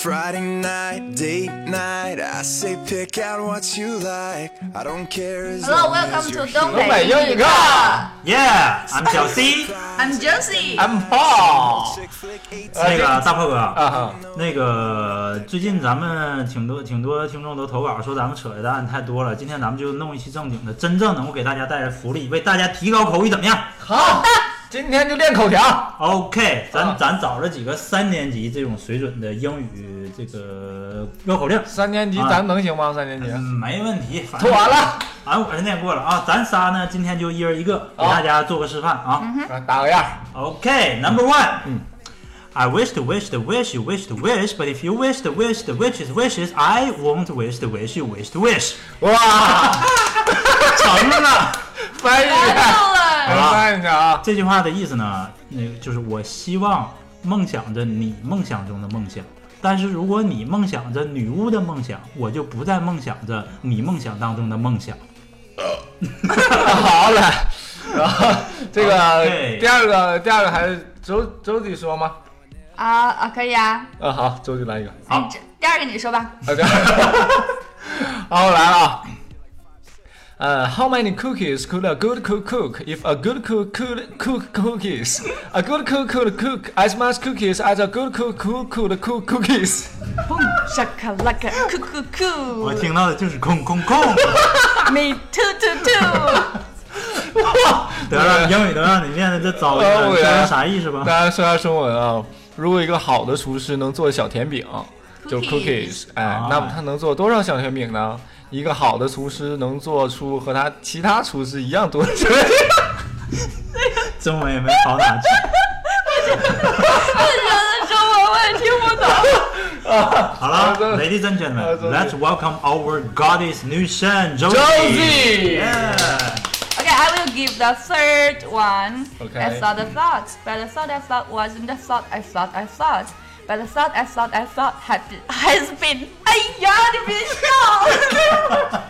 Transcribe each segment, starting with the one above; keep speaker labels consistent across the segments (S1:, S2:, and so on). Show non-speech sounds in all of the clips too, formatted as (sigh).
S1: Friday night, date night. I say pick out what you like. I don't care as
S2: Hello,
S1: long as
S2: welcome
S1: you're
S2: to
S1: here.
S2: 东北英语
S3: 哎
S2: 课。
S3: Yeah, I'm 小 C，
S2: I'm Josie。
S4: I'm Paul。
S3: 那个大炮哥，
S4: 啊哈，
S3: 那个最近咱们挺多挺多听众都投稿说咱们扯的蛋太多了，今天咱们就弄一期正经的，真正能够给大家带来福利，为大家提高口语怎么样
S4: 好，今天就练口条。
S3: ？OK，咱、
S4: 啊
S3: 咱找了几个三年级这种水准的英语这个绕口令，
S4: 三年级
S3: 啊
S4: 咱能行吗？三年级
S3: 嗯，没问题，反
S4: 吐
S3: 正
S4: 完了，
S3: 俺我是念过了啊，咱仨呢今天就一人一个，给
S4: 好
S3: 大家做个示范啊。
S4: 啊打个样。
S3: Okay, number one.
S4: Mm.
S3: I wish to wish to wish you wish to wish, but if you wish to wish the wishes wishes, I won't wish to wish you wish to wish.
S4: 哇，
S3: 成了。 (laughs)
S4: 翻译一下，
S2: 了，
S3: 了
S4: 翻译一下啊。 (laughs)
S3: 这句话的意思呢，那个就是我希望梦想着你梦想中的梦想，但是如果你梦想着女巫的梦想，我就不再梦想着你梦想当中的梦想。
S4: 好嘞。然后这个
S3: OK
S4: 第二个，第二个还是周周姐说吗？
S2: 啊啊，可以啊。
S4: 啊，好，周姐来一个。
S3: 好
S2: 哎，这第二个你说吧。
S4: 啊，第二个。 (laughs) 好，我来了啊。呃、h o w many cookies could a good cook cook? If a good cook could cook cookies, a good cook could cook as much cookies as a good cook could could cook cookies.
S2: 沙嗯卡拉卡酷酷
S3: 我
S2: 酷
S3: 听到的就是空空空。
S2: ，Me too too too。
S3: 得了，英语能让你念的这糟一
S4: 呃
S3: 个，
S4: 我
S3: 知道啥意思
S4: (laughs)
S3: 吧
S4: 大？家说下中文啊，如果一个好的厨师能做小甜饼，就
S2: Cookies
S4: cookies，哎
S3: 啊，
S4: 那么他能做多少小甜饼呢？一个好的厨师能做出和他其他厨师一样多的小甜饼。
S3: 中文也没好哪去。
S2: 我觉得中文我也听不懂。
S3: 好了
S4: 呃
S3: ，ladies and
S4: 呃周
S3: gentlemen,
S4: 记
S3: let's welcome our goddess 女神
S4: Josie
S2: Okay, I will give the third one.
S4: Okay.
S2: I thought the thoughts, but the thought I thought wasn't the thought I thought I thought. But the thought I thought I thought had been, has been. 哎呀，你别笑！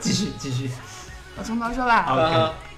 S3: 继续继续
S2: (laughs) 我从头说吧。
S4: 啊
S3: ，OK，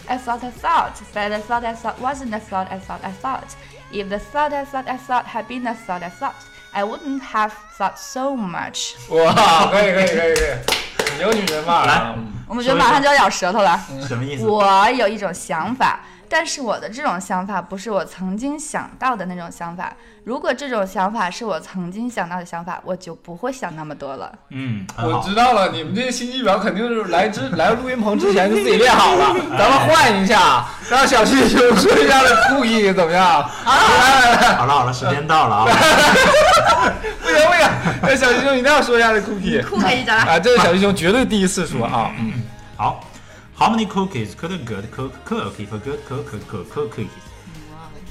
S2: I thought I thought, but the thought I thought wasn't the thought I thought I thought. If the thought I thought I thought had been the thought I thought, I wouldn't have thought so much.
S4: 哇，可以可以可以可以，你有女人啊吧？
S3: 来
S2: 我们觉得马上就要咬舌头了。
S3: 什么意思？
S2: 我有一种想法，但是我的这种想法不是我曾经想到的那种想法。如果这种想法是我曾经想到的想法，我就不会想那么多了。
S3: 嗯，很
S4: 我
S3: 好，
S4: 知道了，你们这些心机婊肯定是来之 (laughs) 来录音棚之前就自己练好了，咱们换一下，让小七兄说一下这 cookie 怎么样？
S3: 好了好了，时间到了啊，
S4: (laughs) 不行不行，这小鸡兄一定要说一下这 cookie
S2: 酷给你讲 (laughs)
S4: 啊！这是小鸡兄绝对第一次说啊，嗯，
S3: 好。How many cookies could a good cook cook if a good cook could cook cookies?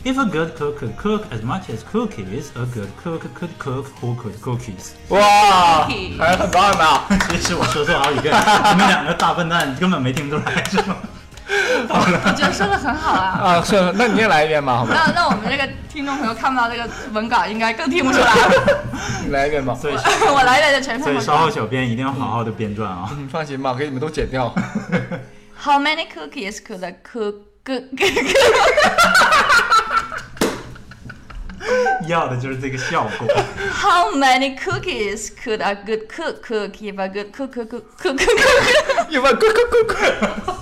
S3: If a good cook could cook as much as cookies, a good cook could cook who could cookies. (laughs)
S4: 哇
S2: Cookie，
S4: 还是很棒的啊。
S3: 其实我说错好几遍，你们两个大笨蛋，你根本没听出来是吗？好了。
S2: 我觉得说的很好啊。
S4: 啊，是，那你也来一遍吧，好吗？
S2: 那那我们这个听众朋友看不到这个文稿，应该更听不出来。 (laughs)
S4: 你来一遍吧，
S3: 所以，
S2: 我来一遍就全
S3: 所
S2: 看
S3: 以
S2: 不
S3: 稍后
S2: 到。
S3: 小编一定要好好的编撰啊。
S4: 你放心吧，给你们都剪掉。
S2: How many cookies could a cook cook (laughs) cook?
S3: (laughs) 要的就是这个效果。
S2: How many cookies could a good cook cook if a good cook cook cook cook cook?
S4: 一问，滚滚滚滚！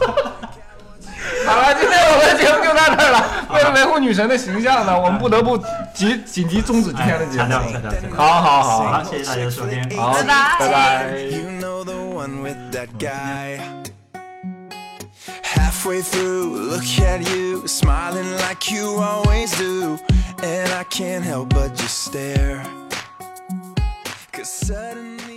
S4: (laughs) 好了，今天我们节目就到这儿了。为了维护女神的形象呢，我们不得不紧紧急终止今天的节
S3: 哎强调强
S4: 目。
S3: 调强调。
S4: 好好好
S3: 好
S4: 好
S3: 了，谢谢大家收听。
S4: 好，
S2: 拜拜
S4: 拜拜。
S1: You know the one with that guy. Halfway through, look at you, smiling like you always do. And I can't help but just stare. Cause suddenly.